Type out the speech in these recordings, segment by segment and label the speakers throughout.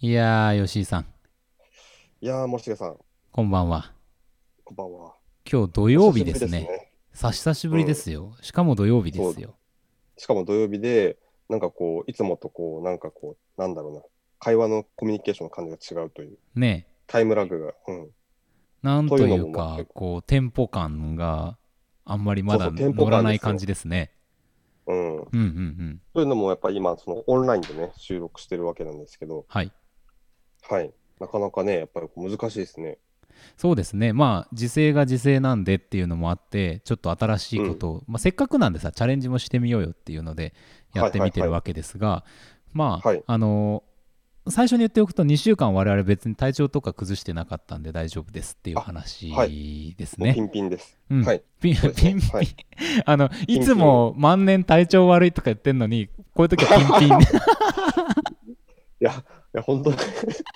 Speaker 1: いやー、吉井さん、
Speaker 2: いやー、森重さん、
Speaker 1: こんばんは。
Speaker 2: こんばんは。
Speaker 1: 今日土曜日です
Speaker 2: 久しぶり
Speaker 1: ね。さ久しぶりですよ。しかも土曜日ですよ。
Speaker 2: しかも土曜日で、なんかこう、いつもとこう、なんかこう、なんだろうな、会話のコミュニケーションの感じが違うという、
Speaker 1: ねえ
Speaker 2: タイムラグが、うん、
Speaker 1: なんとい
Speaker 2: というの
Speaker 1: う
Speaker 2: もま
Speaker 1: か
Speaker 2: あ、
Speaker 1: こう、テンポ感があんまりまだ
Speaker 2: そうそうテン
Speaker 1: 乗
Speaker 2: ポ感ですよ
Speaker 1: らない感じですね。
Speaker 2: うん。
Speaker 1: うんうんうん。
Speaker 2: というのも、やっぱり今、そのオンラインでね、収録してるわけなんですけど、
Speaker 1: はい。
Speaker 2: はい。なかなかね、やっぱりこう難しいですね。
Speaker 1: そうですね。まあ、時勢が時勢なんでっていうのもあって、ちょっと新しいことを、まあ、せっかくなんでさ、チャレンジもしてみようよっていうので、やってみて
Speaker 2: はいはいは
Speaker 1: る
Speaker 2: い
Speaker 1: わけですが、まあ、
Speaker 2: はい
Speaker 1: あのー最初に言っておくと、2週間我々別に体調とか崩してなかったんで大丈夫ですっていう
Speaker 2: あは
Speaker 1: 話です
Speaker 2: もう
Speaker 1: ね
Speaker 2: ピ。ンピンです。
Speaker 1: うん
Speaker 2: はい。
Speaker 1: ピン
Speaker 2: そうです
Speaker 1: ピ
Speaker 2: ね
Speaker 1: ンピン
Speaker 2: はい
Speaker 1: あの
Speaker 2: ピ
Speaker 1: い
Speaker 2: ン
Speaker 1: つも万年体調悪いとか言ってんのにこういう時はピンピン
Speaker 2: いや、いや本当に、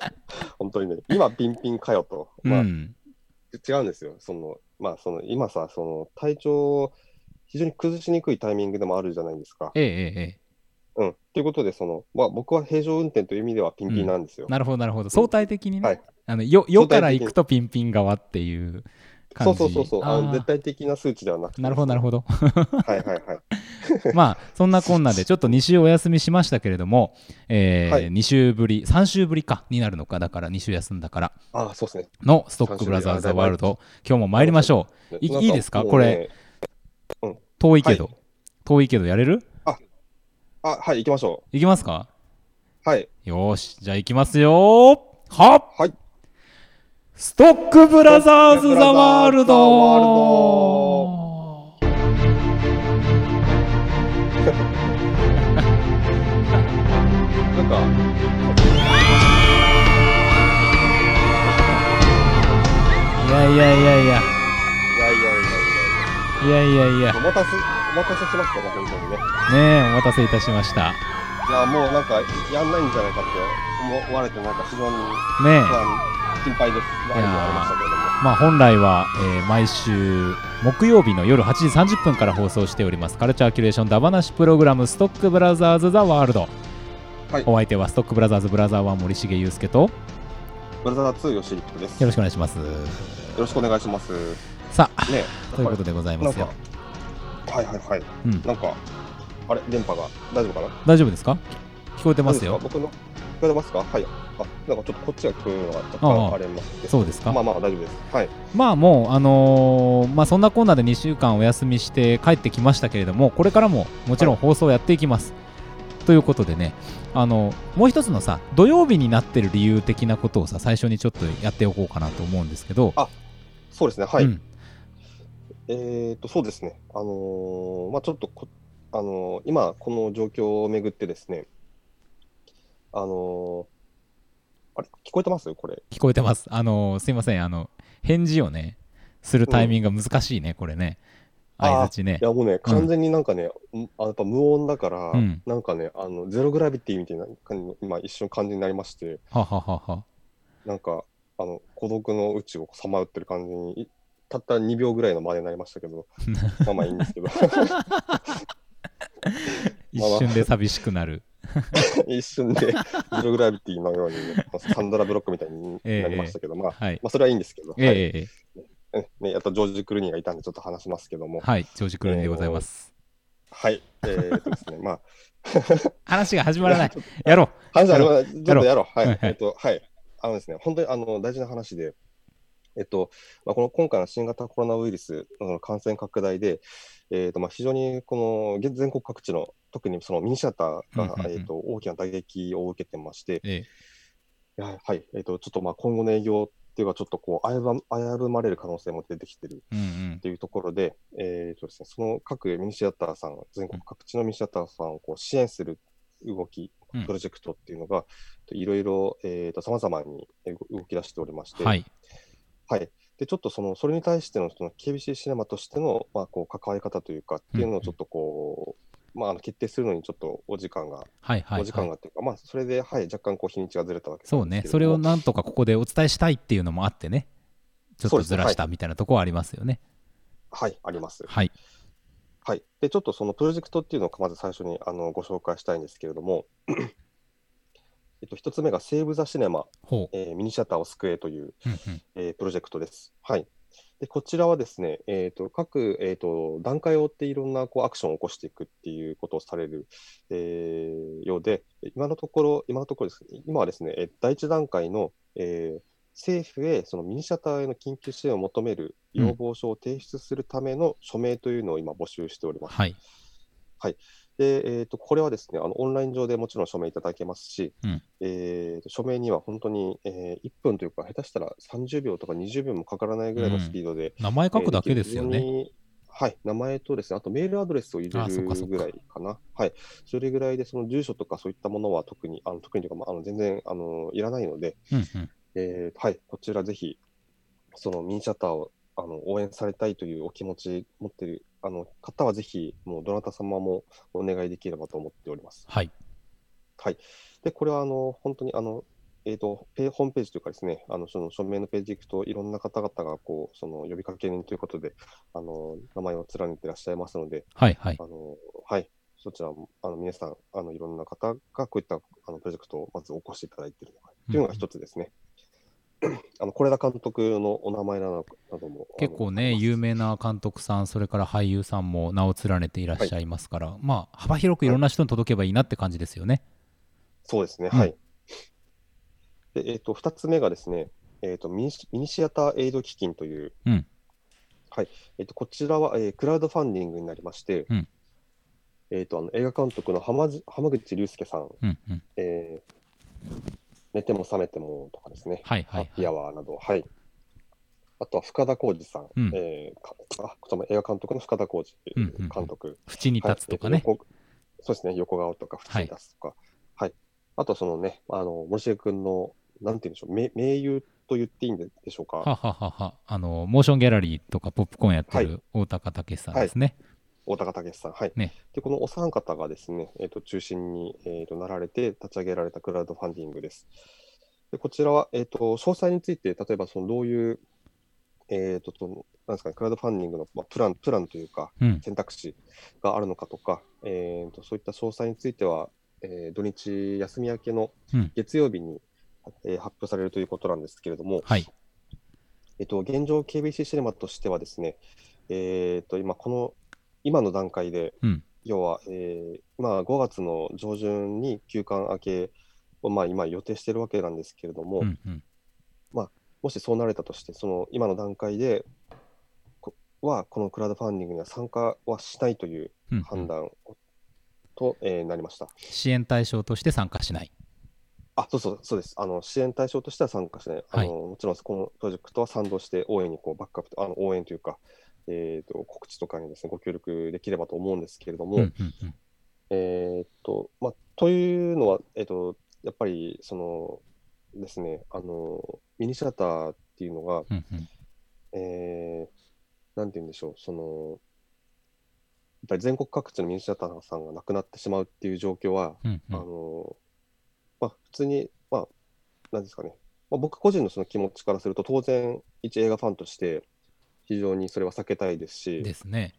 Speaker 2: 本当にね、今、ピンピンかよと。 まあ、
Speaker 1: うん
Speaker 2: 違うんですよ。その、まあ、その、今さ、その、体調、非常に崩しにくいタイミングでもあるじゃないですか。
Speaker 1: えええええ
Speaker 2: うん。ということで、その、まあ、僕は平常運転という意味ではピンピンなんですよ
Speaker 1: え。なるほどなるほど相対的にね、
Speaker 2: はい
Speaker 1: あのよよから行
Speaker 2: 相対的に
Speaker 1: くとピンピン側っていう
Speaker 2: そ
Speaker 1: 感
Speaker 2: う
Speaker 1: じ
Speaker 2: そうそうそう。あ
Speaker 1: あ
Speaker 2: の
Speaker 1: ー
Speaker 2: 絶対的な数値ではなくて。
Speaker 1: なるほどなる
Speaker 2: ほ
Speaker 1: ほ ど
Speaker 2: ど。はいはいはい。
Speaker 1: まあそんなこんなでちょっと2週お休みしましたけれども、え
Speaker 2: はい
Speaker 1: 2週ぶり3週ぶりかになるのかだから2週休んだから
Speaker 2: ああ、そうですね。
Speaker 1: のストックブラザーズ・ワールド今日も参りましょう い
Speaker 2: なん
Speaker 1: いいですか
Speaker 2: もうね
Speaker 1: これ。遠いけど、
Speaker 2: は
Speaker 1: 遠いけどやれる
Speaker 2: あ、はい、行きましょ
Speaker 1: いきますか
Speaker 2: う。はい。
Speaker 1: よーし、じゃあ行きますよーはっ
Speaker 2: はい。
Speaker 1: ストックブラザーズ・ザ・ワール
Speaker 2: ザワール
Speaker 1: ド
Speaker 2: なんか、
Speaker 1: いやいやいやいや、い
Speaker 2: いやいやいやい
Speaker 1: やいやいや、
Speaker 2: や。
Speaker 1: ね
Speaker 2: お待たせ、お待たせしましたね、本当にね。
Speaker 1: え、お待たせいたしました。
Speaker 2: いや、もうなんか、やんないんじゃないかって思われて、なんか非常に
Speaker 1: ねえ、
Speaker 2: 不安、心配です。
Speaker 1: いやー
Speaker 2: 何がありましたけれども。
Speaker 1: まあ本来は、えー毎週木曜日の夜8時30分から放送しておりますカルチャーキュレーションダバなしプログラムストックブラザーズ・ザ・ワールド、
Speaker 2: はい
Speaker 1: お相手はストックブラザーズ・ブラザー1森重祐介とよ
Speaker 2: ブラザー2、吉陸です。
Speaker 1: ろ
Speaker 2: よ
Speaker 1: しくお願いします
Speaker 2: ろしくお願いします。ね
Speaker 1: さあ
Speaker 2: え。
Speaker 1: ということでございますよ、
Speaker 2: なんかはいはいはい。
Speaker 1: うん、
Speaker 2: なんか、あれ、電波が大丈夫かな
Speaker 1: 大丈夫ですか聞こえてますよ
Speaker 2: 大丈夫ですか僕の、聞こえてますかはい。あ、なんかちょっとこっちが聞こえるのが若
Speaker 1: ああ
Speaker 2: 干あれますけど。
Speaker 1: そうですか、
Speaker 2: ま
Speaker 1: ま
Speaker 2: あ
Speaker 1: あ、
Speaker 2: まあ大丈夫です。はい。
Speaker 1: もうあのーまあそんなこんなで2週間お休みして帰ってきましたけれどもこれからももちろん放送やっていきます、ということでねあのもう一つのさ土曜日になってる理由的なことをさ最初にちょっとやっておこうかなと思うんですけど
Speaker 2: あそうですね。はい。
Speaker 1: うん
Speaker 2: えーっと、そうですね。あのーまあちょっとこ、あのー今、この状況をめぐってですね、あのーあれ、聞こえてますこれ。
Speaker 1: 聞こえてますあのーすいませんあの返事をねするタイミングが難しいね、これね
Speaker 2: あー
Speaker 1: 相づちね
Speaker 2: いやもうね、完全になんかね、んあやっぱ無音だから、
Speaker 1: うん
Speaker 2: なんかね、あのゼログラビティみたいな感じ、今一瞬感じになりまして、
Speaker 1: はははは
Speaker 2: なんか、あの孤独の宇宙をさまよってる感じに、いたった2秒ぐらいの真似になりました けど、まあまあいいんですけど、
Speaker 1: 一瞬で寂しくなる
Speaker 2: 一瞬でゼログラビティのようにね、サンドラブロックみたいになりましたけど、 まあ、
Speaker 1: はい
Speaker 2: まあ、それはいいんですけど、
Speaker 1: ええ
Speaker 2: はい
Speaker 1: ええ
Speaker 2: うんね、やっとジョージ・クルーニーがいたんで、ちょっと話しますけども、
Speaker 1: はい、ジョージ・クルーニーでございます。
Speaker 2: はい、えー、っとですね、まあ、
Speaker 1: 話が始まらない。やろう。
Speaker 2: 話あれはちょっとやろう。は
Speaker 1: やろう
Speaker 2: い。えっと、はい。あのですね、本当にあの大事な話で、えっと、まあ、この今回の新型コロナウイルスの感染拡大で、えっとまあ、非常にこの現全国各地の、特にそのミニシアター
Speaker 1: うん
Speaker 2: が、
Speaker 1: うんうん
Speaker 2: えっと大きな打撃を受けてまして、
Speaker 1: え
Speaker 2: いやはいえっと、ちょっとまあ今後の営業っていうか、ちょっとこう危ぶ危ぶまれる可能性も出てきてる
Speaker 1: え、うんうん
Speaker 2: っ。ていうところで、えーとですね、その各ミニシアターさん、全国各地のミニシアターさんをこう支援する動き、
Speaker 1: うん
Speaker 2: プロジェクトっていうのが、いろいろさまざまにえー動き出しておりまして、
Speaker 1: はい。
Speaker 2: はいでちょっとそのそれに対してのその KBC シネマとしての、まあ、こう関わり方というか、っていうのをちょっとこう、まあ、あの決定するのにちょっとお時間が、
Speaker 1: はいはい、
Speaker 2: お時間
Speaker 1: はい。
Speaker 2: がというか、まあ、それで、はい、若干こう日にちがずれたわけなんですけ
Speaker 1: そ
Speaker 2: ど
Speaker 1: うね。
Speaker 2: も
Speaker 1: それをなんとかここでお伝えしたいっていうのもあってね。ちょっとずらしたみたいなとこはありますよね。
Speaker 2: はい、あります。
Speaker 1: はい。
Speaker 2: はい、でちょっとそのプロジェクトっていうのをまず最初にあのご紹介したいんですけれども、ええっと、一つ目がセーブ・ザ・シネマ、
Speaker 1: ほう。
Speaker 2: えーミニシアターを救えという、
Speaker 1: うんうん
Speaker 2: えープロジェクトです。はい。で、こちらはですね、えーと、各、えーと、段階を追っていろんなこうアクションを起こしていくっていうことをされる、えーようで、今のところ、今のところですね、今はですね、えー第一段階の、えー政府へそのミニシアターへの緊急支援を求める要望書を提出するための署名というのを今募集しております。
Speaker 1: はい。
Speaker 2: で、えー、とこれはですねあの、オンライン上でもちろん署名いただけますし、
Speaker 1: うん
Speaker 2: えーと署名には本当に、え1分というか、下手したら30秒とか20秒もかからないぐらいのスピードで、
Speaker 1: 名前書くだけですよ
Speaker 2: えー
Speaker 1: ね。
Speaker 2: 非常にはい、名前とですね、あとメールアドレスを入
Speaker 1: あ
Speaker 2: れ
Speaker 1: そっか
Speaker 2: る
Speaker 1: そっか
Speaker 2: ぐらいかな。はい。それぐらいで、その住所とかそういったものは特に、あの特にというか、まあ、あの全然あのいらないので、
Speaker 1: うんうん。
Speaker 2: えーはい、こちらぜひ、そのミニシャターをあの応援されたいというお気持ち持っているあの方は、ぜひ、もうどなた様もお願いできればと思っております。
Speaker 1: はい。
Speaker 2: で、これはあの本当にあの、えー、とペホームページというかですね、あのその署名のページ行くと、いろんな方々がこうその呼びかけ人ということで、あの名前を連ねていらっしゃいますので、
Speaker 1: はいはい。
Speaker 2: あのはい、そちらもあの皆さん、あのいろんな方がこういったあのプロジェクトをまず起こしていただいているのかというのが一つですね。あの是枝監督のお名前などなども
Speaker 1: 結構ね、有名な監督さん、それから俳優さんも名を連ねていらっしゃいますから、まあ、幅広くいろんな人に届けばいいなって感じですよね。
Speaker 2: そうですね、
Speaker 1: うん
Speaker 2: はい。で、えっ、と、2つ目がですね、えっ、とミニシ、ミニシアターエイド基金という、
Speaker 1: うん
Speaker 2: はい、えっ、と、こちらは、えークラウドファンディングになりまして、
Speaker 1: うん
Speaker 2: えっ、と、あの映画監督の浜ず浜口竜介さん、
Speaker 1: うんうん。
Speaker 2: えー寝ても覚めてもとかですね、
Speaker 1: はい
Speaker 2: ハ
Speaker 1: は
Speaker 2: ッ
Speaker 1: いは
Speaker 2: ピー
Speaker 1: い。
Speaker 2: アワーなど、はい。あとは深田浩二さん、
Speaker 1: うん
Speaker 2: えーかあこちらも映画監督の深田浩
Speaker 1: うん
Speaker 2: 二
Speaker 1: うんうん
Speaker 2: 監督、
Speaker 1: 縁に立つとかね。
Speaker 2: はいえっと横そうですね、横顔とか、普通に出すとか、はいあとそのね、あの森重君の、なんていうんでしょう、名名優と言っていいんでしょうか、
Speaker 1: はははは。あの、モーションギャラリーとかポップコーンやってる大高武さんですね。
Speaker 2: 大高武さん。はい
Speaker 1: ね
Speaker 2: でこのお三方がですね、えっと中心に、えっとなられて立ち上げられたクラウドファンディングです。でこちらは、えっと詳細について、例えばそのどういう、えっとそのなんですかね、クラウドファンディングの、まあ、プランプランというか、
Speaker 1: うん。
Speaker 2: 選択肢があるのかとか、えー、とそういった詳細については、えー土日休み明けの
Speaker 1: うん
Speaker 2: 月曜日に、えー発表されるということなんですけれども、
Speaker 1: はい。
Speaker 2: えっと現状、KBC シネマとしてはですね、えー、と今、この今の段階で、
Speaker 1: うん
Speaker 2: 要は、えーまあ、5月の上旬に休館明けを、まあ、今、予定しているわけなんですけれども、
Speaker 1: うんうん。
Speaker 2: もしそうなれたとして、その今の段階でこは、このクラウドファンディングには参加はしないという
Speaker 1: うんうん
Speaker 2: 判断をと、えーなりました。
Speaker 1: 支援対象として参加しない。
Speaker 2: あ、そうそう、そうです。あの支援対象としては参加しない。あのもちろん、このプロジェクトは賛同して、応援にこうバックアップと、あの応援というか、えーと、告知とかにですね、ご協力できればと思うんですけれども、
Speaker 1: うんうんうん。
Speaker 2: えーっと、まあ、というのは、えーっと、やっぱり、その、ですね、あの、ミニシアターっていうのが、
Speaker 1: うんうん。
Speaker 2: えー、なんて言うんでしょう、その、やっぱり全国各地のミニシアターさんがなくなってしまうっていう状況は、
Speaker 1: うんう
Speaker 2: あ
Speaker 1: ん。
Speaker 2: のまあ、普通に、まあ、なんですかね、まあ、僕個人のその気持ちからすると、当然、一映画ファンとして、非常にそれは避けたいですし、
Speaker 1: ですね。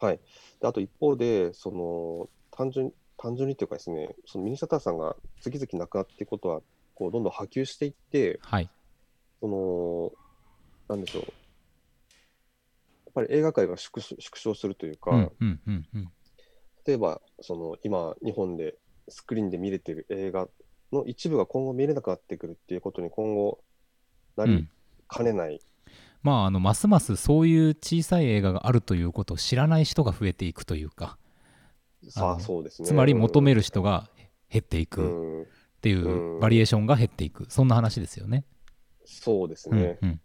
Speaker 2: はい、であと一方で、その単純に単純にというかですね、そのミニシアターさんが次々なくなっていくことは、こうどんどん波及していって、
Speaker 1: はい。
Speaker 2: その、なんでしょう。やっぱり映画界が縮小縮小するというか、
Speaker 1: うんうんうんうん。
Speaker 2: 例えば、その今、日本でスクリーンで見れてる映画の一部が今後見れなくなってくるっていうことに今後な
Speaker 1: うん
Speaker 2: りかねない、
Speaker 1: まあ、あのますますそういう小さい映画があるということを知らない人が増えていくというか
Speaker 2: さ
Speaker 1: あの
Speaker 2: あ、そうですね。
Speaker 1: つまり求め
Speaker 2: る
Speaker 1: る人が減っていうくっ
Speaker 2: ん、うん
Speaker 1: ていううんバリエーションが減っていくそんな話ですよね。
Speaker 2: そうです
Speaker 1: うん
Speaker 2: ね。
Speaker 1: うん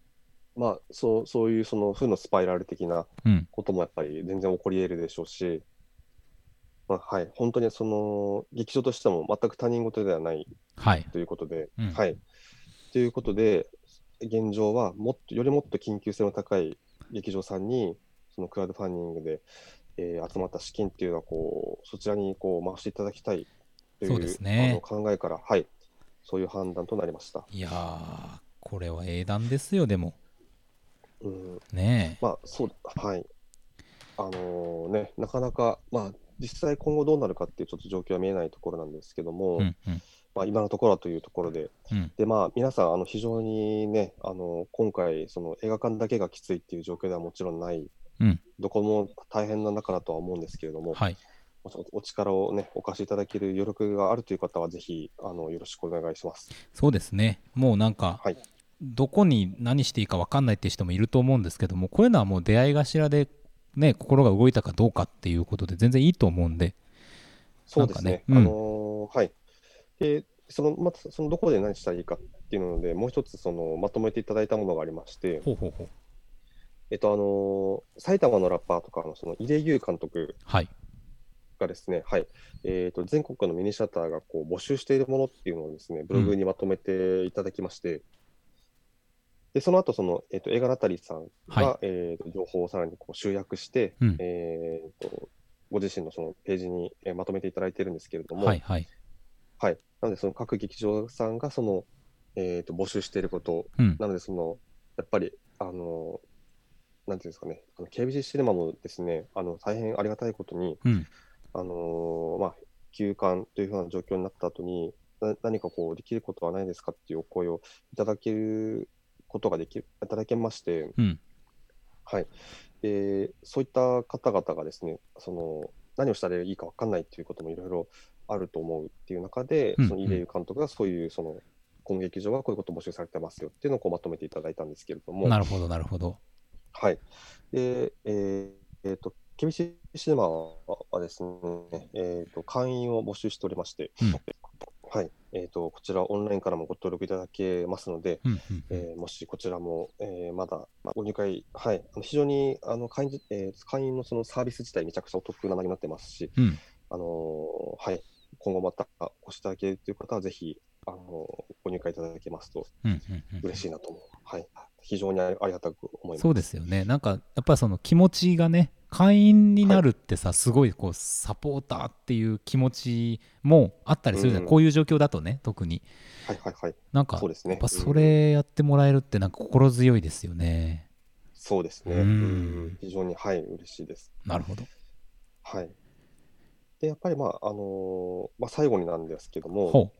Speaker 2: まあ、そう、そういうその負のスパイラル的な
Speaker 1: うん
Speaker 2: こともやっぱり全然起こり得るでしょうし、まあ、はい、本当にその劇場としても全く他人事ではない
Speaker 1: はい
Speaker 2: ということで、
Speaker 1: うん
Speaker 2: はい。ということで、現状はもっとよりもっと緊急性の高い劇場さんに、そのクラウドファンディングで、えー集まった資金っていうのはこう、そちらにこう回していただきたいという
Speaker 1: そうですね
Speaker 2: あの考えから、はい、そういう判断となりました。
Speaker 1: いやーこれは英断ですよでも
Speaker 2: うん、
Speaker 1: ねえ
Speaker 2: まあ、そう、はい。あのね、なかなか、まあ、実際今後どうなるかっていうちょっと状況は見えないところなんですけど
Speaker 1: う
Speaker 2: も、
Speaker 1: んうん
Speaker 2: まあ、今のところはというところで、
Speaker 1: うん
Speaker 2: でまあ、皆さん、あの非常にね、あの今回、その映画館だけがきついっていう状況ではもちろんない、
Speaker 1: うん
Speaker 2: どこも大変な中だとは思うんですけれども、
Speaker 1: はい、
Speaker 2: おお力を、ね、お貸しいただける余力があるという方は、ぜひあのよろしくお願いします。
Speaker 1: そうですね、もうなんか、
Speaker 2: はい
Speaker 1: どこに何していいか分かんないっていう人もいると思うんですけども、こういうのはもう出会い頭で、ね、心が動いたかどうかっていうことで、全然いいと思うんで、
Speaker 2: そうですね。
Speaker 1: なんかねうん
Speaker 2: あのーはい。で、その、また、そのどこで何したらいいかっていうので、もう一つ、その、まとめていただいたものがありまして、
Speaker 1: ほうほうほう、
Speaker 2: えっと、あのー埼玉のラッパーとかの、その、井出優監督
Speaker 1: はい、
Speaker 2: がですね、はい。えっ、と、全国のミニシアターが、こう、募集しているものっていうのをですね、ブログにまとめていただきまして、で、その後、その、えっ、と、映画ナタリーさんが、
Speaker 1: は
Speaker 2: えっ、と、情報をさらにこう集約して、
Speaker 1: うん
Speaker 2: えっ、と、ご自身のそのページにえーまとめていただいてるんですけれども、
Speaker 1: はい、はい、
Speaker 2: はい、なので、その各劇場さんがその、えー、と募集していること、
Speaker 1: うん、
Speaker 2: なので、そのやっぱり、あのなんていうんですかね、あの KBC シネマもですねあの大変ありがたいことに、
Speaker 1: うん、
Speaker 2: あのまあ、休館というふうな状況になった後に、な何かこうできることはないですかっていうお声をいただけることができるいただけまして、
Speaker 1: うん、
Speaker 2: はい、でそういった方々がですねその何をしたらいいか分かんないということもいろいろあると思うっていう中で、
Speaker 1: うん
Speaker 2: そのイレイユ監督がそういうそのこの劇場はこういうことを募集されてますよっていうのをこうまとめていただいたんですけれども、
Speaker 1: なるほど、なるほど、
Speaker 2: はい。で、えーえーと、厳しいシネマはですね、えーと、会員を募集しておりまして、
Speaker 1: うん
Speaker 2: はい。えーと、こちらオンラインからもご登録いただけますので、
Speaker 1: うん、うん、うん
Speaker 2: えーもしこちらも、えーまだまあご入会、はい、あの非常にあの会員じ、えー会員のそのサービス自体、めちゃくちゃお得な内容になってますし、
Speaker 1: うん、
Speaker 2: あのーはい、今後またお越しいただけるという方は、ぜひ、あのーご入会いただけますと
Speaker 1: うん、うん
Speaker 2: 嬉しいなと思う、はい、非常にありありがたく思います。
Speaker 1: そうですよね、なんかやっぱりその気持ちがね、会員になるってさ、すごいこうサポーターっていう気持ちもあったりするじゃん、
Speaker 2: うん
Speaker 1: こういう状況だとね、特に。
Speaker 2: はいはいはい、
Speaker 1: なんか、
Speaker 2: そうです
Speaker 1: や
Speaker 2: ね
Speaker 1: っぱそれやってもらえるって、なんか心強いですよね。
Speaker 2: そうですね、
Speaker 1: う
Speaker 2: うんん非常に、はい、嬉しいです。
Speaker 1: なるほど。
Speaker 2: はい、でやっぱり、まああのーまあ、最後になんですけども、
Speaker 1: ほ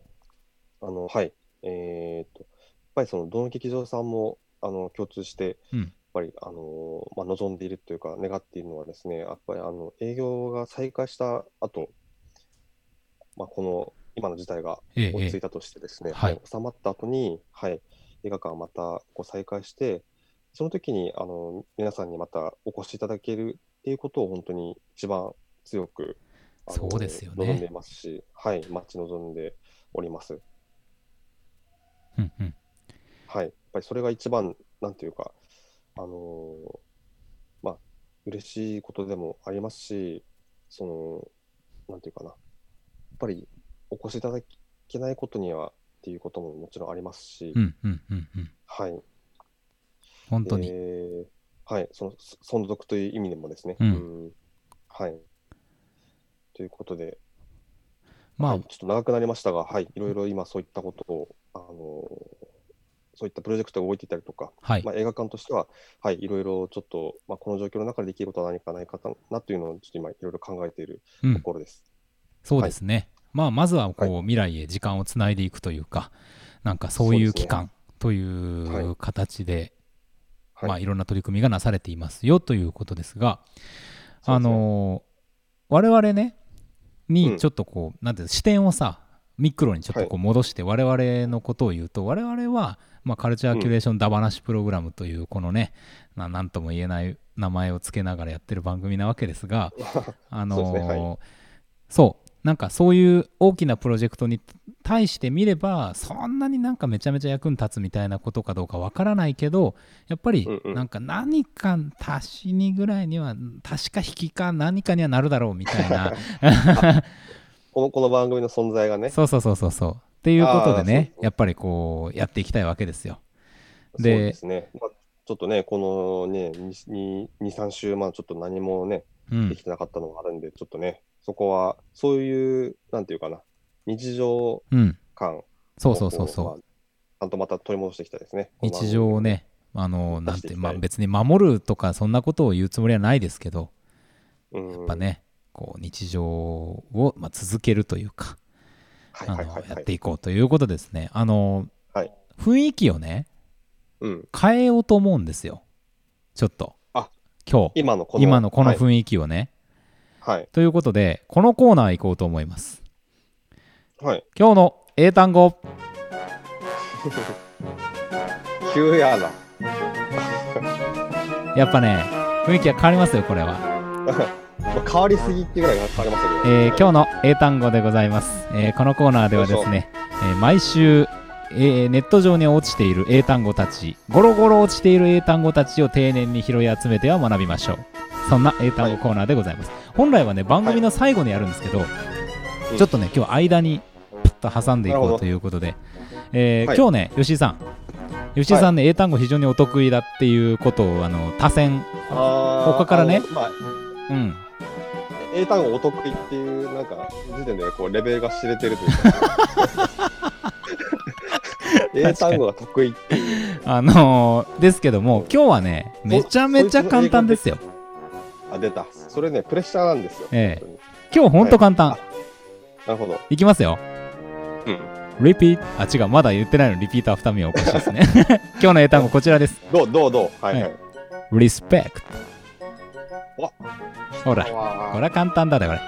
Speaker 2: あのはい、えーっと、やっぱりそのどの劇場さんもあの共通して、
Speaker 1: うん
Speaker 2: やっぱり、あのーまあ、望んでいるというか、願っているのはですね、やっぱりあの営業が再開した後、まあこの今の事態が
Speaker 1: う。ええ
Speaker 2: 落ち着
Speaker 1: え
Speaker 2: いたとしてですね、
Speaker 1: はい
Speaker 2: はい収まった後に、はい、映画館をまたこう再開して、その時にあの皆さんにまたお越しいただけるっていうことを本当に一番強く、あの
Speaker 1: そうですよね
Speaker 2: 望んでいますし、はい、待ち望んでおります。
Speaker 1: えうんうん。
Speaker 2: はい、やっぱりそれが一番、なんていうか、あのーまあ、嬉しいことでもありますし、その、なんていうかな、やっぱりお越しいただけないことにはっていうことももちろんありますし、
Speaker 1: うんうんうんうん。
Speaker 2: はい、
Speaker 1: 本当に。
Speaker 2: えーはい、そのそ存続という意味でもですね、
Speaker 1: うん
Speaker 2: んはい。ということで、
Speaker 1: ま
Speaker 2: は
Speaker 1: あ
Speaker 2: い、ちょっと長くなりましたが、はい、いろいろ今そういったことを、あのーそういったプロジェクトが動いていたりとか、
Speaker 1: はい
Speaker 2: ま。あ、映画館としては、はい、いろいろちょっと、まあ、この状況の中でできることは何かないかなというのを、ちょっと今、いろいろ考えている
Speaker 1: うん
Speaker 2: ところです。
Speaker 1: そうですね。まあまずはこう未来へ時間をつないでいくというか、なんかそういう期間という形で、
Speaker 2: はい
Speaker 1: まあいろんな取り組みがなされていますよということですが、あのー我々ね
Speaker 2: う
Speaker 1: に
Speaker 2: ん
Speaker 1: ちょっとこう、なんていうの視点をさミクロにちょっとこう戻して我々のことを言うと、我々は、まあ、カルチャーキュレーションだばなしプログラムというこのね、ななんとも言えない名前をつけながらやってる番組なわけです が、
Speaker 2: そうですね
Speaker 1: あ
Speaker 2: そうで
Speaker 1: の
Speaker 2: すねはい
Speaker 1: そうなんかそういう大きなプロジェクトに対して見ればそんなになんかめちゃめちゃ役に立つみたいなことかどうかわからないけどやっぱり
Speaker 2: うんうん
Speaker 1: なんか何か足しにぐらいには確か引きか何かにはなるだろうみたい な
Speaker 2: このこの番組の存在がね、
Speaker 1: そうそうそうそうそうっていうことでね
Speaker 2: あー
Speaker 1: やっぱりこうやっていきたいわけですよ。
Speaker 2: そう
Speaker 1: で
Speaker 2: ですね、まあ、ちょっとね、このね、2、3週、まあ、ちょっと何もね、
Speaker 1: うん
Speaker 2: できてなかったのがあるんで、ちょっとね、そこは、そういう、なんていうかな、日常
Speaker 1: うん、
Speaker 2: 感を
Speaker 1: そうそうそうそう
Speaker 2: こ。まあちゃんとまた取り戻していきたいですね。
Speaker 1: 日常をね、あの
Speaker 2: 出
Speaker 1: なん
Speaker 2: してい
Speaker 1: て、
Speaker 2: きたい
Speaker 1: まあ、別に守るとかそんなことを言うつもりはないですけど
Speaker 2: この番組、
Speaker 1: や
Speaker 2: や
Speaker 1: っぱ、ね、こう日常を、まあ、続けるというか、
Speaker 2: はい
Speaker 1: あ
Speaker 2: はい
Speaker 1: の
Speaker 2: はい
Speaker 1: や
Speaker 2: は
Speaker 1: っ
Speaker 2: い
Speaker 1: て。いこうということですね。あの、
Speaker 2: はい
Speaker 1: 雰囲気をね、
Speaker 2: うん、
Speaker 1: 変えようと思うんですよ。ちょっと。
Speaker 2: あ
Speaker 1: 今日、
Speaker 2: 今のこの
Speaker 1: 今のこの
Speaker 2: はい
Speaker 1: 雰囲気をね。
Speaker 2: はい
Speaker 1: ということで、このコーナー行こうと思います。
Speaker 2: はい。
Speaker 1: 今日の英単語。
Speaker 2: 急やな。
Speaker 1: やっぱね、雰囲気が変わりますよ、これは。
Speaker 2: まあ変わりすぎっていうぐらい変わりましたけど。
Speaker 1: えー今日の英単語でございます、えーこのコーナーではですね、えー毎週、えーネット上に落ちている英単語たちゴロゴロ落ちている英単語たちを丁寧に拾い集めては学びましょうそんな英単語コーナーでございます、本来はね番組の最後にやるんですけど、
Speaker 2: うん
Speaker 1: ちょっとね今日間にプッと挟んでい
Speaker 2: なる
Speaker 1: こ
Speaker 2: ほ
Speaker 1: う
Speaker 2: ど
Speaker 1: ということで、えー
Speaker 2: はい
Speaker 1: 今日ね吉井さん吉井さんね、英単語非常にお得意だっていうことをあの多選、
Speaker 2: あー
Speaker 1: 他からね
Speaker 2: あのまあ、
Speaker 1: うん、
Speaker 2: 英単語お得意っていう、なんか、時点でこうレベルが知れてると いうか。 英単語が得意っていう。
Speaker 1: あのーですけども今日はねめちゃめちゃ簡単ですよ
Speaker 2: あ、出た。それね、プレッシャーなんですよ。
Speaker 1: ええ
Speaker 2: 本
Speaker 1: 今日ほんと簡単、
Speaker 2: はい当になるほど。
Speaker 1: い、きますよ
Speaker 2: うん。
Speaker 1: Repeat あ違うまだ言ってないのリピートアフターミーはおかしいです ね今日の英単語こちらです
Speaker 2: どう、どう、どう。はい、は。
Speaker 1: はい Respect
Speaker 2: わ
Speaker 1: ほらこ
Speaker 2: こ
Speaker 1: れは簡単だねこれ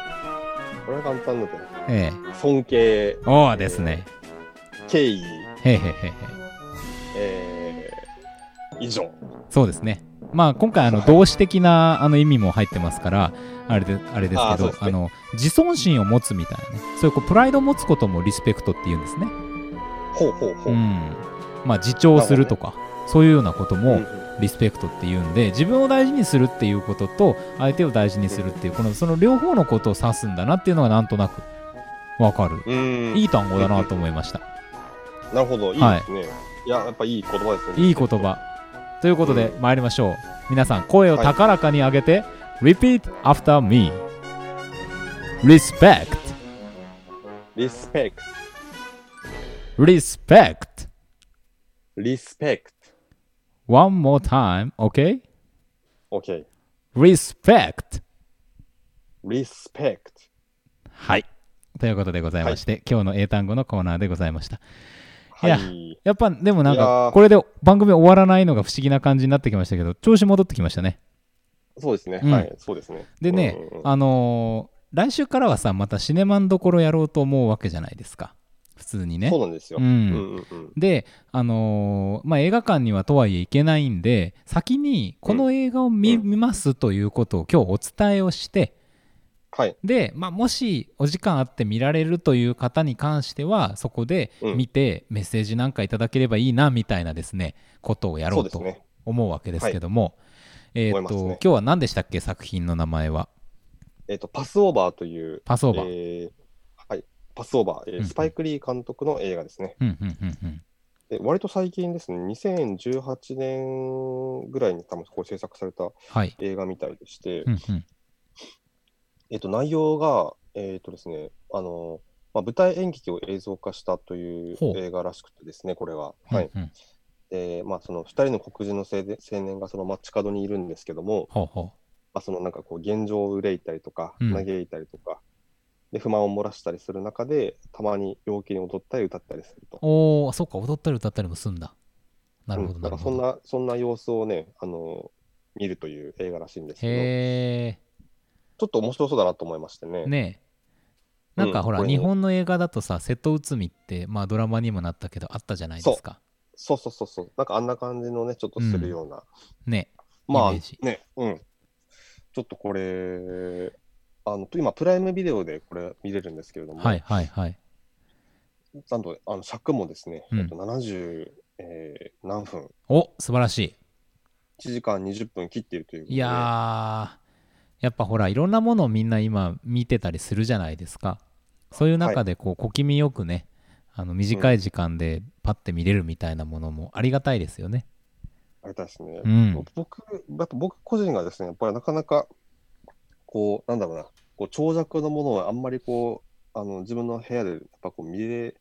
Speaker 2: これは簡単だったよ
Speaker 1: ええ
Speaker 2: 尊敬、
Speaker 1: おおですね
Speaker 2: 敬
Speaker 1: へい
Speaker 2: 意、
Speaker 1: へいへいへい
Speaker 2: えー、以上。
Speaker 1: そうですねまあ今回あの動詞的なあの意味も入ってますからあれであれですけ
Speaker 2: あーそ
Speaker 1: ど
Speaker 2: う
Speaker 1: あ
Speaker 2: ですね
Speaker 1: の自尊心を持つみたいなねそういうこうプライドを持つこともリスペクトって言うんですね
Speaker 2: ほうほうほ
Speaker 1: う
Speaker 2: う。うん
Speaker 1: んまあ自重するとかそういうようなことも、リスペクトっていうんで自分を大事にするっていうことと相手を大事にするっていうこのその両方のことを指すんだなっていうのがなんとなくわかる
Speaker 2: うん
Speaker 1: いい単語だなと思いました
Speaker 2: なるほど、いいですね。いや、やっぱいい言葉ですね。
Speaker 1: いい言葉ということで
Speaker 2: う
Speaker 1: 参りましょう皆さん声を高らかに上げて Repeat after me Respect
Speaker 2: リスペク
Speaker 1: Respect
Speaker 2: ト、リスペク
Speaker 1: One more time OK
Speaker 2: ト。OK。
Speaker 1: Respect
Speaker 2: リスペクト。
Speaker 1: はいということでございまして、今日の英単語のコーナーでございましたいや
Speaker 2: はい。
Speaker 1: やっぱでもなん
Speaker 2: いや
Speaker 1: か
Speaker 2: ー
Speaker 1: これで番組終わらないのが不思議な感じになってきましたけど調子戻ってきましたね
Speaker 2: そうですね。
Speaker 1: うん
Speaker 2: はい、そうですね。
Speaker 1: でね
Speaker 2: うんうんうん
Speaker 1: あのー来週からはさまたシネマンどころやろうと思うわけじゃないですか普通にね
Speaker 2: そうなんですよ。
Speaker 1: うん
Speaker 2: うんうん
Speaker 1: であのーまあ映画館にはとはいえ行けないんで先にこの映画を見,、
Speaker 2: うん
Speaker 1: 見ますということを今日お伝えをして
Speaker 2: はい。
Speaker 1: で、まあ、もしお時間あって見られるという方に関してはそこで
Speaker 2: うん
Speaker 1: 見てメッセージなんかいただければいいなみたいなですねことをやろ
Speaker 2: そう
Speaker 1: う
Speaker 2: です
Speaker 1: と
Speaker 2: ね。
Speaker 1: 思うわけですけども、えっ、
Speaker 2: 思いま
Speaker 1: と、
Speaker 2: すね
Speaker 1: 今日は何でしたっけ作品の名前は
Speaker 2: えっと、パスオーバーという、
Speaker 1: パスオーバー、
Speaker 2: えーはい、パスオーバーえ
Speaker 1: うん
Speaker 2: ー、スパイク・リー監督の映画ですね。
Speaker 1: うんうんうんうん
Speaker 2: で割と最近ですね、2018年ぐらいに多分こう制作された
Speaker 1: はい、
Speaker 2: 映画みたいでして、
Speaker 1: うんうん、
Speaker 2: えっと、内容が、えっとですね、あの、まあ、舞台演劇を映像化したという
Speaker 1: ほう
Speaker 2: 映画らしくてですね、これは。はい。
Speaker 1: うんうん
Speaker 2: で、まあ、その2人の黒人の青年青年がその街角にいるんですけども、
Speaker 1: ほうほ
Speaker 2: まあ、そのなんかこう、現状を憂いたりとか、
Speaker 1: うん
Speaker 2: 嘆いたりとか、で、不満を漏らしたりする中で、たまに陽気に踊ったり歌ったりすると
Speaker 1: う。おおそっか踊ったり歌ったりもすんだなるほ
Speaker 2: う
Speaker 1: ど
Speaker 2: ん
Speaker 1: な
Speaker 2: な
Speaker 1: る
Speaker 2: んか
Speaker 1: ほ
Speaker 2: そ
Speaker 1: ど、
Speaker 2: んな、そんな様子をね、あの、見るという映画らしいんですけど、
Speaker 1: へ
Speaker 2: ちょっと面白そうだなと思いましてね。
Speaker 1: えねえなんか
Speaker 2: うん
Speaker 1: ほら、
Speaker 2: これ
Speaker 1: 日本の映画だとさ瀬戸内海ってまあドラマにもなったけどあったじゃないですか
Speaker 2: そうそうそうそう。なんかあんな感じのね、ちょっとするような。
Speaker 1: ね
Speaker 2: ま
Speaker 1: イメージ
Speaker 2: あね、うん。ちょっとこれ、あの今、プライムビデオでこれ見れるんですけれども、
Speaker 1: はいはいはい
Speaker 2: なんとあの尺もですね、
Speaker 1: うん
Speaker 2: えっと70、えー何分、
Speaker 1: お素晴らし
Speaker 2: 1時間20分切っているということ
Speaker 1: い
Speaker 2: で、
Speaker 1: いやーやっぱほらいろんなものをみんな今見てたりするじゃないですかそういう中でこう小気味よくねあの短い時間でパッて見れるみたいなものもありがたいですよね
Speaker 2: あれだですね、
Speaker 1: うん
Speaker 2: 僕、やっぱ僕個人がですね、やっぱりなかなか、こう、なんだろうな、こう長尺のものはあんまりこう、あの自分の部屋でやっぱこう見れ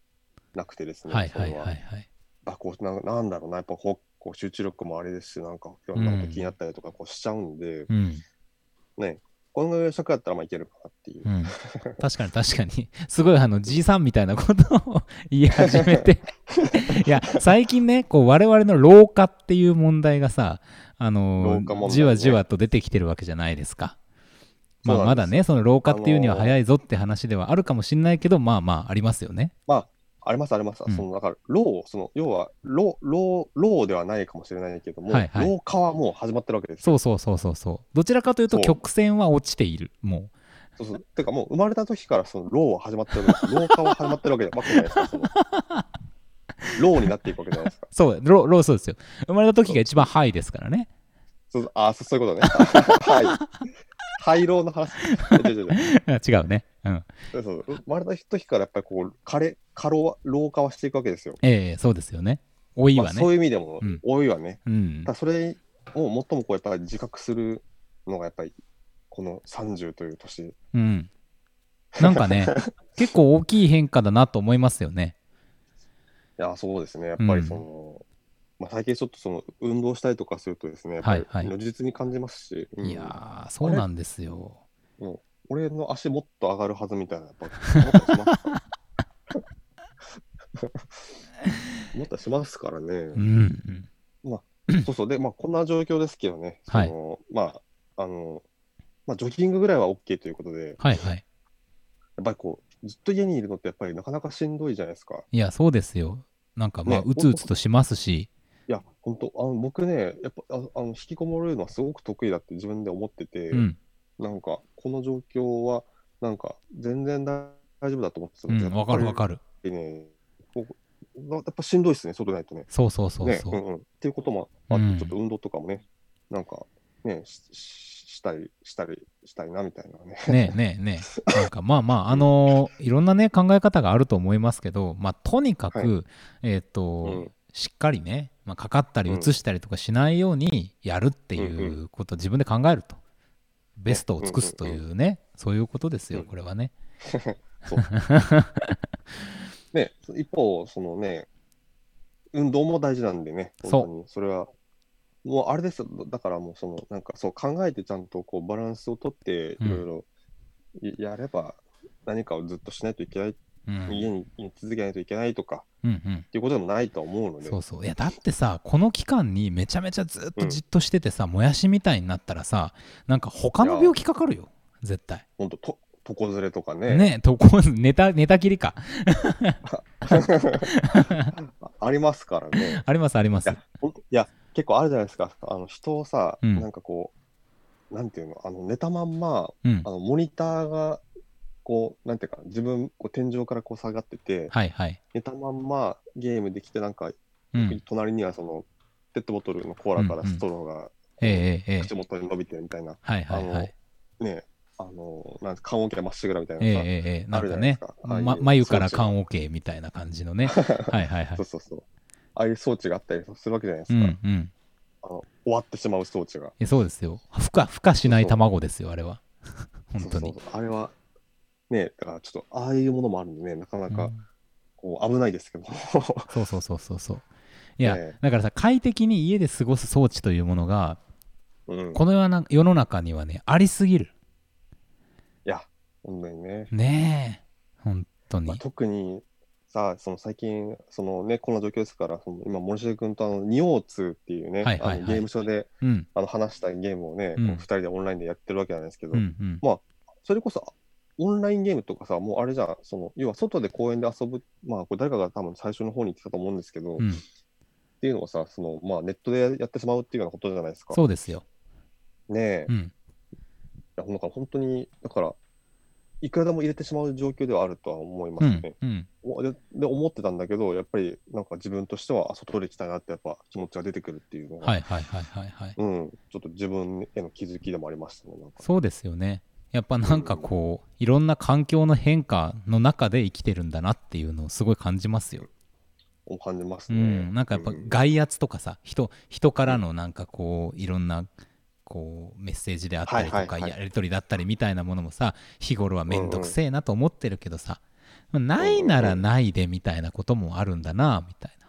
Speaker 2: なくてですね、
Speaker 1: はいはい
Speaker 2: それ
Speaker 1: はいはい
Speaker 2: あこうななんだろうな、やっぱこうこう集中力もあれですし、なんかいろんなこと気になったりとかこうしちゃうんで、
Speaker 1: うん
Speaker 2: ね、この尺だったらまあいけるかなっていう
Speaker 1: う。ん、確かに確かにすごいあのじいさんみたいなことを言い始め ていや最近ねこう我々の老化っていう問題がさあの
Speaker 2: 老化問題ね
Speaker 1: じわじわと出てきてるわけじゃないですか、まあ、
Speaker 2: そう
Speaker 1: ま
Speaker 2: なんで
Speaker 1: だ
Speaker 2: す
Speaker 1: ねその老化っていうには早いぞって話ではあるかもしれないけどまあまあありますよね
Speaker 2: まあ、ありますあります。
Speaker 1: うん
Speaker 2: そのだから、ロー、その要はロー、ロー、ローではないかもしれないけども、
Speaker 1: はいはい
Speaker 2: 老化はもう始まってるわけですよ。
Speaker 1: そうそうそうそうそうどちらかというと
Speaker 2: そう
Speaker 1: 曲線は落ちているも
Speaker 2: そうそうてかもう生まれた時からそのローは始まってるわけです。老化は始まってるわけじゃわけじゃないです か。そのローになっていくわけじゃないですか
Speaker 1: う。そうロロそうですよ生まれた時が一番ハイですからね
Speaker 2: そうそうあーそそういうことね。はい。廃炉の話。違う違う違う
Speaker 1: 違うねうん
Speaker 2: そうそう生まれた時からやっぱりこう、枯れ、過労は、老化はしていくわけですよ。
Speaker 1: ええそうですよね老い
Speaker 2: ま
Speaker 1: は
Speaker 2: あ、
Speaker 1: ね、
Speaker 2: そういう意味でも
Speaker 1: うん
Speaker 2: 多いわね。
Speaker 1: うん
Speaker 2: ただそれを最もこうやっぱり自覚するのがやっぱりこの30という年。
Speaker 1: うん、なんか ね結構大きい変化だなと思いますよね。
Speaker 2: いや、そうですね。やっぱりその、まあ、最近ちょっとその運動したりとかするとですね、やっぱり
Speaker 1: はいはい
Speaker 2: 如実に感じますし、うん
Speaker 1: いやーそうなんですよ。
Speaker 2: 俺の足もっと上がるはずみたいな、やっ ぱ思ったりします から。思ったりしますからね
Speaker 1: う。ん、
Speaker 2: そうそう、で、まあ、こんな状況ですけどね、
Speaker 1: はい
Speaker 2: そのまあ、あの、まあ、ジョギングぐらいは OK ということで、
Speaker 1: はいはい。
Speaker 2: やっぱりこう、ずっと家にいるのって、やっぱりなかなかしんどいじゃないですか。
Speaker 1: いやそうですよ。なんかまあ、
Speaker 2: ね
Speaker 1: うつうつとしますし、
Speaker 2: いや、本当あの僕ね、やっぱあのあの引きこもるのはすごく得意だって自分で思ってて、
Speaker 1: うん、
Speaker 2: なんか、この状況は、なんか、全然大丈夫だと思ってた
Speaker 1: うん
Speaker 2: です
Speaker 1: ん、わかるわかる。
Speaker 2: る。ね、こうなやっぱしんどいですね、外ないとね。
Speaker 1: そうそうそう
Speaker 2: ね
Speaker 1: そう。
Speaker 2: うんうん、っていうこともあっ
Speaker 1: うん
Speaker 2: て、ちょっと運動とかもね、なんか、ね、しししたり、したり、したいなみたいなね。
Speaker 1: ねえねえねえなんかまあまああのーいろんなね考え方があると思いますけどまあとにかく、
Speaker 2: は
Speaker 1: えーっ、と、
Speaker 2: うん
Speaker 1: しっかりね、まあ、かかったり
Speaker 2: うん
Speaker 1: 移したりとかしないようにやるっていううことを自分で考えるとベストを尽くすというねそういうことですよ
Speaker 2: うん
Speaker 1: これはね
Speaker 2: ね、一方、そのね、運動も大事なんでね、
Speaker 1: そう
Speaker 2: 本当にそれは、もうあれですよ、だからもうその、なんかそう考えてちゃんとこうバランスをとって、
Speaker 1: うん
Speaker 2: いろいろいやれば、何かをずっとしないといけな
Speaker 1: う
Speaker 2: い、
Speaker 1: ん
Speaker 2: 家に居続けないといけないとか
Speaker 1: うん
Speaker 2: っていうことでもないと思う
Speaker 1: う
Speaker 2: の
Speaker 1: ん
Speaker 2: で、
Speaker 1: そうそういやだってさこの期間にめちゃめちゃずっとじっとしててさ、もやしみたいになったらさなんか他の病気かかるよ絶対
Speaker 2: 本当と、床ずれとかね、
Speaker 1: ねえとこ寝た寝たきりか
Speaker 2: ありますからね。
Speaker 1: ありますあります
Speaker 2: いやほんいや、結構あるじゃないですか、あの人をさ、
Speaker 1: うん
Speaker 2: なんかこう、なんていうの、あの寝たまんま、
Speaker 1: うん
Speaker 2: あのモニターが、こう、なんていうか、自分、こう天井からこう下がってて、
Speaker 1: はいはい
Speaker 2: 寝たまんまゲームできて、なんか、
Speaker 1: うん
Speaker 2: 隣にはその、ペットボトルのコーラからストローが
Speaker 1: ええええええ
Speaker 2: 口元に伸びてるみたいな、
Speaker 1: はいはいは
Speaker 2: あ
Speaker 1: い。
Speaker 2: ね、あの、なんか、棺桶がまっしぐらみたい
Speaker 1: ええ
Speaker 2: なさ、
Speaker 1: ええええな
Speaker 2: あ
Speaker 1: ん
Speaker 2: るじ
Speaker 1: か
Speaker 2: ゃないで
Speaker 1: ね
Speaker 2: すか、ああいう
Speaker 1: ま、眉から
Speaker 2: 装置が
Speaker 1: 缶オケみたいな感じの ね。はいはいはい
Speaker 2: そう。そうそう、ああいう装置があったりするわけじゃないで
Speaker 1: う
Speaker 2: す
Speaker 1: ん
Speaker 2: か、
Speaker 1: うん
Speaker 2: あの終わってしまう装置が。
Speaker 1: え。そうですよ。孵化、孵化しない卵ですよ、あれは。本当に
Speaker 2: そう。そうそうあれは、ね、だからちょっと、ああいうものもあるんでね、なかな
Speaker 1: う
Speaker 2: か
Speaker 1: ん
Speaker 2: こう危ないですけど、
Speaker 1: そうそうそうそうそう。いや、
Speaker 2: ええ
Speaker 1: だからさ、快適に家で過ごす装置というものが、
Speaker 2: うん、い
Speaker 1: この世な世の中にはね、ありすぎる。
Speaker 2: や、本当にね。
Speaker 1: ねえ。本当
Speaker 2: まあ、
Speaker 1: に。
Speaker 2: 特にさその最近その、ね、こんな状況ですからその今森重君とあの仁王通っていうね、
Speaker 1: はいはいはい
Speaker 2: あのゲームショーで
Speaker 1: うん。
Speaker 2: あの話したゲームをね、
Speaker 1: うん
Speaker 2: こう二人でオンラインでやってるわけなんですけど、
Speaker 1: うんうん。
Speaker 2: それこそオンラインゲームとかさもうあれじゃんその要は外で公園で遊ぶ、まあ、これ誰かが多分最初の方に言ってたと思うんですけど、
Speaker 1: う
Speaker 2: っ
Speaker 1: ん、
Speaker 2: ていうのはさその、まあ、ネットでやってしまうっていうようなことじゃないですか。
Speaker 1: そうですよ。
Speaker 2: ねえ
Speaker 1: う、ん。
Speaker 2: いやほんから本当にだからいくらでも入れてしまう状況ではあるとは思いま
Speaker 1: う
Speaker 2: すね。
Speaker 1: ん。うん。
Speaker 2: おでで思ってたんだけど、やっぱりなんか自分としてはあ外で行きたいなってやっぱ気持ちが出てくるっていうのが、
Speaker 1: はいはいはいはいはい。
Speaker 2: うん、ちょっと自分への気づきでもありましたね。なんか
Speaker 1: そうですよね。やっぱなんかこう、いろんな環境の変化の中で生きてるんだなっていうのをすごい感じますよ。
Speaker 2: を感じます
Speaker 1: う
Speaker 2: ね。
Speaker 1: ん、なんかやっぱ
Speaker 2: うん
Speaker 1: 外圧とかさ、人人からのなんかこう、いろんなこうメッセージであったり
Speaker 2: は
Speaker 1: と
Speaker 2: いは
Speaker 1: か、
Speaker 2: いはい
Speaker 1: やり取りだったりみたいなものもさ、日頃はめんどくせえなと思ってるけどさ、ないならないでみたいなこともあるんだな、みたいな。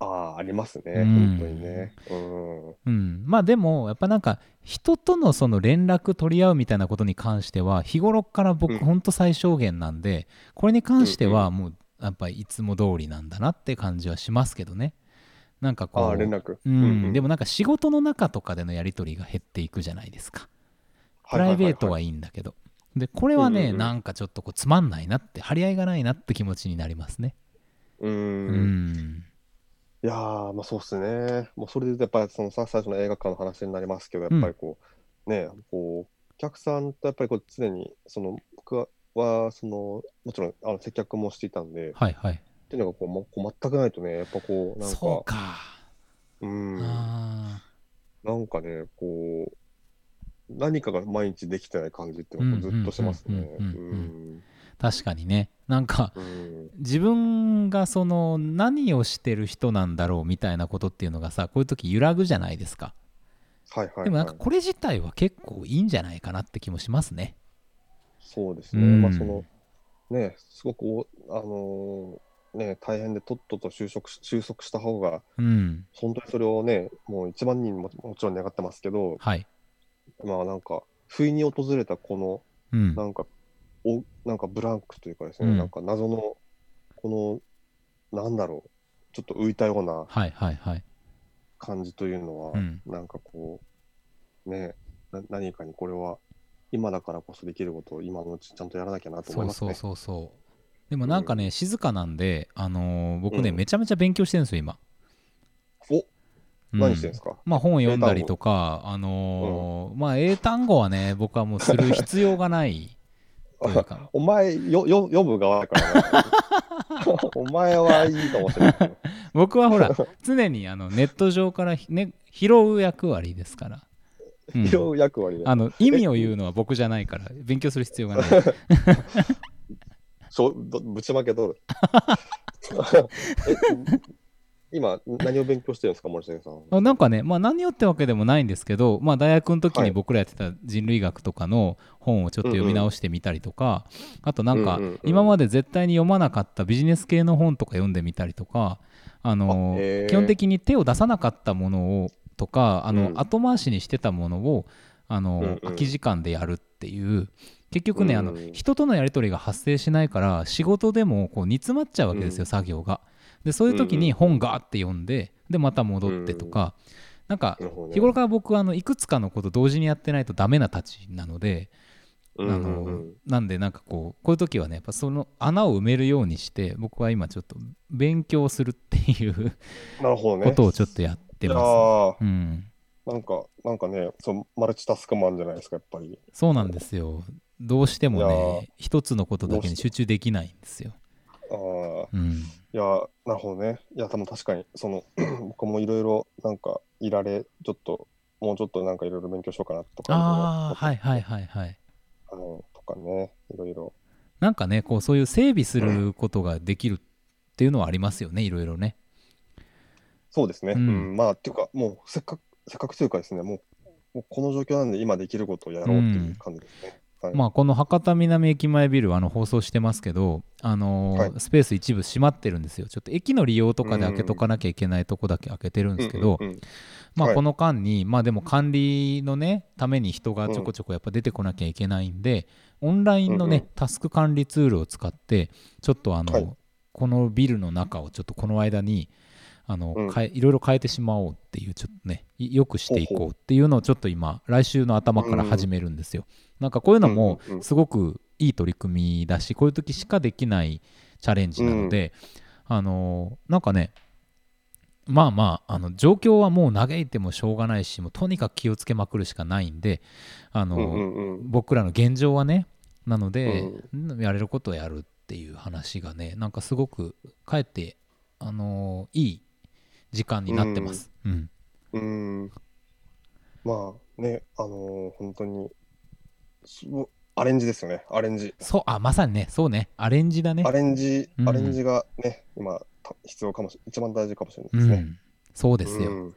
Speaker 2: ああ、あありますね、
Speaker 1: うん
Speaker 2: 本当にね。うん、
Speaker 1: うん、まあでもやっぱなんか人とのその連絡取り合うみたいなことに関しては日頃から僕
Speaker 2: うん
Speaker 1: ほんと最小限なんでこれに関して
Speaker 2: うん
Speaker 1: はもうやっぱりいつも通りなんだなって感じはしますけどねなんか
Speaker 2: あ
Speaker 1: こ
Speaker 2: あ、連
Speaker 1: う
Speaker 2: 絡。
Speaker 1: うんで
Speaker 2: も、
Speaker 1: もなんか仕事の中とかでのやり取りが減っていくじゃないですかプライベートはいいんだけどでこれは
Speaker 2: うんうん
Speaker 1: ね
Speaker 2: うん
Speaker 1: なんかちょっとこうつまんないなって張り合いがないなって気持ちになりますね
Speaker 2: いはいはい。うん
Speaker 1: うん
Speaker 2: いやー、まあそうっすね。もうそれで言うとやっぱりそのさ最初の映画館の話になりますけど、やっぱりこう、ね、こう、お客さんとやっぱりこう常に、その、僕は、はそのもちろんあの接客もしていたんで、っ
Speaker 1: はいはい
Speaker 2: ていうのがこうもうこう全くないとね、やっぱこう、なんか、
Speaker 1: そうか
Speaker 2: うん、な
Speaker 1: あ
Speaker 2: んかね、こう、何かが毎日できてない感じっていうのをこう
Speaker 1: うん
Speaker 2: ずっとしてますね。
Speaker 1: う
Speaker 2: うん
Speaker 1: うん
Speaker 2: ん
Speaker 1: ー確かにねなんか
Speaker 2: うん
Speaker 1: 自分がその何をしてる人なんだろうみたいなことっていうのがさこういう時揺らぐじゃないですか
Speaker 2: はいはいはい。
Speaker 1: でもなんかこれ自体は結構いいんじゃないかなって気もしますね
Speaker 2: そうですね、
Speaker 1: うん
Speaker 2: まあそのねすごくおあのーね大変でとっとと就職し収束した方が
Speaker 1: うん
Speaker 2: 本当にそれをねもう一万人ももちろん願ってますけど
Speaker 1: はい
Speaker 2: まあなんか不意に訪れたこ
Speaker 1: うん
Speaker 2: のなんかおなんかブランクというかですね、
Speaker 1: うん
Speaker 2: なんか謎のこのなんだろうちょっと浮いたような
Speaker 1: はいはいはい
Speaker 2: 感じというのは、
Speaker 1: うん
Speaker 2: なんかこうねな何かにこれは今だからこそできることを今のうちちゃんとやらなきゃなと
Speaker 1: そ
Speaker 2: 思いうます
Speaker 1: そう
Speaker 2: ね。
Speaker 1: そうそうでもなんかね静かなんであのー僕ね
Speaker 2: うん
Speaker 1: めちゃめちゃ勉強してるんですよ今
Speaker 2: お
Speaker 1: うん
Speaker 2: 何してるんですか、
Speaker 1: まあ本読んだりとかあのーまあ英単語はね僕はもうする必要がないという か
Speaker 2: お前よよ読む 側だからなお前はいいかもしれないけど。
Speaker 1: 僕はほら常にあのネット上からひ、ね、拾う役割ですから、うん
Speaker 2: 拾う役割で。
Speaker 1: あの意味を言うのは僕じゃないから勉強する必要が ない
Speaker 2: そうどぶちま け取る。え今、何を勉強してるんですか、森重さんは。
Speaker 1: あなんかね、まあ、何によってわけでもないんですけど、まあ、大学の時
Speaker 2: は
Speaker 1: に
Speaker 2: い
Speaker 1: 僕らやってた人類学とかの本をちょっと読み直してみたりとか、あとなんか
Speaker 2: うんうんうん
Speaker 1: 今まで絶対に読まなかったビジネス系の本とか読んでみたりとか、あの
Speaker 2: あへー
Speaker 1: 基本的に手を出さなかったものをとかあの、
Speaker 2: うん
Speaker 1: 後回しにしてたものをあの、
Speaker 2: うんうん
Speaker 1: 空き時間でやるっていう結局ね、
Speaker 2: うん
Speaker 1: あの人とのやり取りが発生しないから仕事でもこう煮詰まっちゃうわけですよ、
Speaker 2: うん
Speaker 1: 作業が。でそういう時に本ガーって読んででまた戻ってとか、なんか
Speaker 2: なるほどね
Speaker 1: 日頃から僕あのいくつかのこと同時にやってないとダメなたちなので、
Speaker 2: うん
Speaker 1: あ
Speaker 2: うんう
Speaker 1: の
Speaker 2: ん
Speaker 1: なんでなんかこうこういう時はねやっぱその穴を埋めるようにして僕は今ちょっと勉強するっていう
Speaker 2: なるほどね。
Speaker 1: ことをちょっとやって
Speaker 2: いや
Speaker 1: ま
Speaker 2: ー
Speaker 1: す、うん、
Speaker 2: なんか、なんかね、そうマルチタスクマンじゃないですか、やっぱり。
Speaker 1: そうなんですよどうしても
Speaker 2: いやー
Speaker 1: ね一つのことだけに集中できないんですよ、
Speaker 2: あー
Speaker 1: うん、
Speaker 2: いやー、なるほどね。いや、多分確かに、その、 僕もいろいろ、なんか、いられ、ちょっと、もうちょっとなんかいろいろ勉強しようかなとか。
Speaker 1: ああはいはいはいはい
Speaker 2: あのとかね、いろいろ。
Speaker 1: なんかねこうそういう整備することができるっていうのはありますよねいろいろね
Speaker 2: そうですね。
Speaker 1: う
Speaker 2: うんん、まあ、っていうか、もうせっかく、せっかくというかですね、もう、もうこの状況なんで、今できることをやろうっていう感じですね。はい、
Speaker 1: まあ、この博多南駅前ビルはあの放送してますけど、あのー
Speaker 2: はい
Speaker 1: スペース一部閉まってるんですよちょっと駅の利用とかで開けとかなきゃいけないとこだけ開けてるんですけど、
Speaker 2: うんうんうん
Speaker 1: まあ、
Speaker 2: はい
Speaker 1: この間に、まあでも管理のねために人がちょこちょこやっぱ出てこなきゃいけないんでオンラインのね、
Speaker 2: うんうん
Speaker 1: タスク管理ツールを使ってちょっとあの、
Speaker 2: はい
Speaker 1: このビルの中をちょっとこの間にあの、
Speaker 2: うん
Speaker 1: 変えいろいろ変えてしまおうっていうちょっとねいよくしていこうっていうのをちょっと今来週の頭から始めるんですよ。なんかこういうのも
Speaker 2: うんうんうん
Speaker 1: すごくいい取り組みだしこういう時しかできないチャレンジなので、あのなんかねまあまああの状況はもう嘆いてもしょうがないしもうとにかく気をつけまくるしかないんであの、
Speaker 2: うんうんうん。
Speaker 1: 僕らの現状はねなので、うんやれることをやるっていう話がねなんかすごくかえってあのいい時間になってます。うん
Speaker 2: うん。まあ、ね、あのー本当に、そうアレンジですよね、アレンジ。
Speaker 1: そうあまさにねそうねアレンジだね
Speaker 2: アレンジ
Speaker 1: う、ん
Speaker 2: アレンジがね、今、た必要かもし一番大事かもしれないうですね。
Speaker 1: ん、そうですよ、
Speaker 2: うん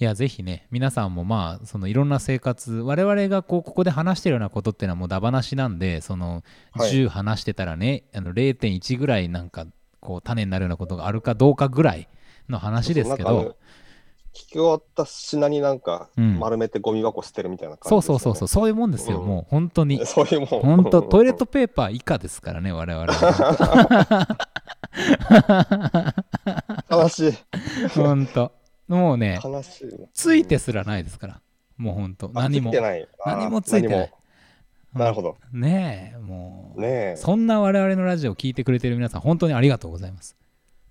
Speaker 1: いやぜひね皆さんもまあそのいろんな生活我々がこうここで話してるようなことっていうのはもうダバなしなんでその
Speaker 2: はい
Speaker 1: 10話してたらね、あの0.1ぐらいなんかこう種になるようなことがあるかどうかぐらいの話ですけど、
Speaker 2: 聞き終わった品になんか
Speaker 1: うん
Speaker 2: 丸めてゴミ箱捨てるみたいな
Speaker 1: そ
Speaker 2: 感
Speaker 1: う
Speaker 2: じ、
Speaker 1: そうそうそう、そういうもんですよ、
Speaker 2: うん
Speaker 1: もう本当に。
Speaker 2: う。 そういうもん。
Speaker 1: 本当トイレット
Speaker 2: ペ
Speaker 1: ペーパー以下ですからね我々は
Speaker 2: ー 悲しい。
Speaker 1: 本当もうね
Speaker 2: 悲しい。
Speaker 1: ついてすらないですからもう本当
Speaker 2: あ
Speaker 1: 何も
Speaker 2: ついてない。あー
Speaker 1: 何もついてない
Speaker 2: 何もなるほど。
Speaker 1: ねえもう
Speaker 2: ねえ。
Speaker 1: そんな我々のラジオを聞いてくれてる皆さん本当にありがとうございます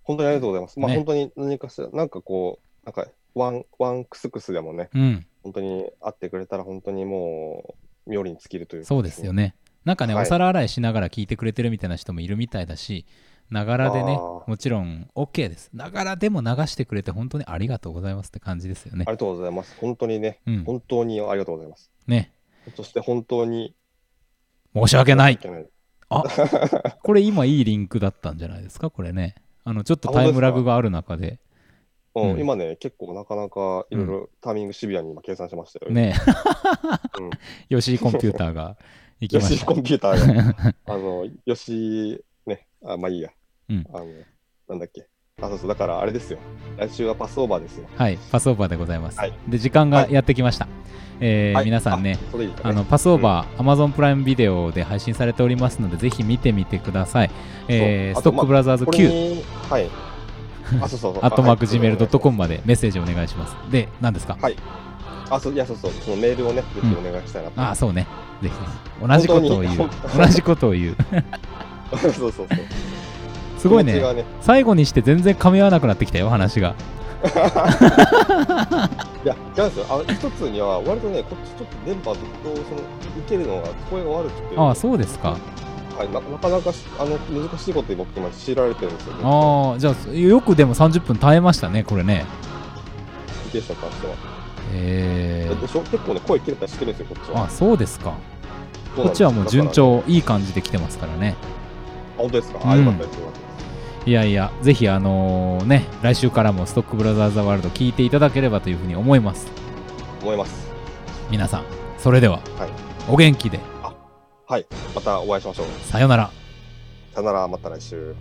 Speaker 2: 本当にありがとうございます。まあ
Speaker 1: ね
Speaker 2: 本当に何かしら、なんかこう、なんかワン、ワンクスクスでもね、
Speaker 1: うん
Speaker 2: 本当に会ってくれたら本当にもう、妙利に尽きるというか
Speaker 1: そうですよ。ねなんかね、
Speaker 2: はい
Speaker 1: お皿洗いしながら聞いてくれてるみたいな人もいるみたいだしながらでね
Speaker 2: あー
Speaker 1: もちろん OK ですながらでも流してくれて本当にありがとうございますって感じですよね
Speaker 2: ありがとうございます。本当にね、
Speaker 1: うん
Speaker 2: 本当にありがとうございます。
Speaker 1: ね
Speaker 2: そして本当に。
Speaker 1: 申し訳ない
Speaker 2: 申し訳ない
Speaker 1: これ今いいリンクだったんじゃないですかこれねあのちょっとタイムラグがある中で
Speaker 2: うん
Speaker 1: うん
Speaker 2: 今ね、結構なかなかいろいろタイミングシビアに今計算しましたよ。
Speaker 1: ね
Speaker 2: うん、
Speaker 1: 吉井コンピューターが行き
Speaker 2: よ
Speaker 1: ま
Speaker 2: し
Speaker 1: し
Speaker 2: コンピューターが、
Speaker 1: た
Speaker 2: あの、よし、ね、あ、まあいいや。
Speaker 1: うん
Speaker 2: あの、なんだっけ。あ、そうそう、だからあれですよ。来週はパスオーバーですよ。
Speaker 1: はいパスオーバーでございます、
Speaker 2: はい
Speaker 1: で時間がやってきました、えー
Speaker 2: はい
Speaker 1: 皆さんね、
Speaker 2: あそれいいか
Speaker 1: あ
Speaker 2: ね
Speaker 1: のパスオーバー、Amazon プライムビデオで配信されておりますので、ぜひ見てみてください。えー
Speaker 2: そう
Speaker 1: ストックブラザーズ
Speaker 2: これ
Speaker 1: Q、
Speaker 2: に、はい。あ、そ うそうそう。
Speaker 1: アットマーク Gmail.com
Speaker 2: ム。
Speaker 1: までメッセージお願いします。で、何ですか、
Speaker 2: はい。あ、そう、いや、そうそう。そのメールをね、ぜひお願いしたいなと。
Speaker 1: ああ、そうね。ぜひぜひ。同じことを言う
Speaker 2: 本。
Speaker 1: 同じことを言う。
Speaker 2: そうそうそう。
Speaker 1: すごい
Speaker 2: 気持ちが
Speaker 1: ね。最後にして全然噛み合わなくなってきたよ、話が。
Speaker 2: いや、違うんですよ。あ一つには、割とね、こっちちょっと電波ずっと、その、受けるのが、声が悪くて。
Speaker 1: ああ、そうですか。
Speaker 2: はい、ななかなかしあの難しいことに僕今強いられてるんですよ。あ。
Speaker 1: ああ、じゃあ、よくでも30分耐えましたね、これね。
Speaker 2: コミュニケーションからしては。
Speaker 1: え
Speaker 2: で
Speaker 1: ー、
Speaker 2: しょ結構ね、声切れたりしてるんですよ、こっちは。
Speaker 1: あそうですか。
Speaker 2: そう
Speaker 1: こ
Speaker 2: なん
Speaker 1: っ
Speaker 2: です
Speaker 1: ちはもう順。
Speaker 2: だ
Speaker 1: 調、いい感じで来てますからね。
Speaker 2: からあ、本当ですか。
Speaker 1: う
Speaker 2: あ、
Speaker 1: ん
Speaker 2: よかったです。よかったです
Speaker 1: いやいや、ぜひあのね、来週からもストックブラザーズ・ワールド聞いていただければというふうに思います。
Speaker 2: 思います。
Speaker 1: 皆さん、それでは、
Speaker 2: はい
Speaker 1: お元気で、
Speaker 2: はい、またお会いしましょう。
Speaker 1: さよなら。
Speaker 2: さよなら、また来週。